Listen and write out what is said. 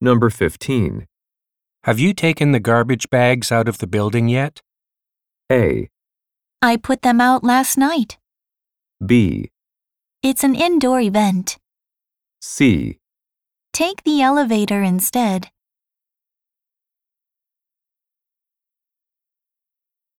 Number 15. Have you taken the garbage bags out of the building yet? A, I put them out last night. B, It's an indoor event. C. Take the elevator instead.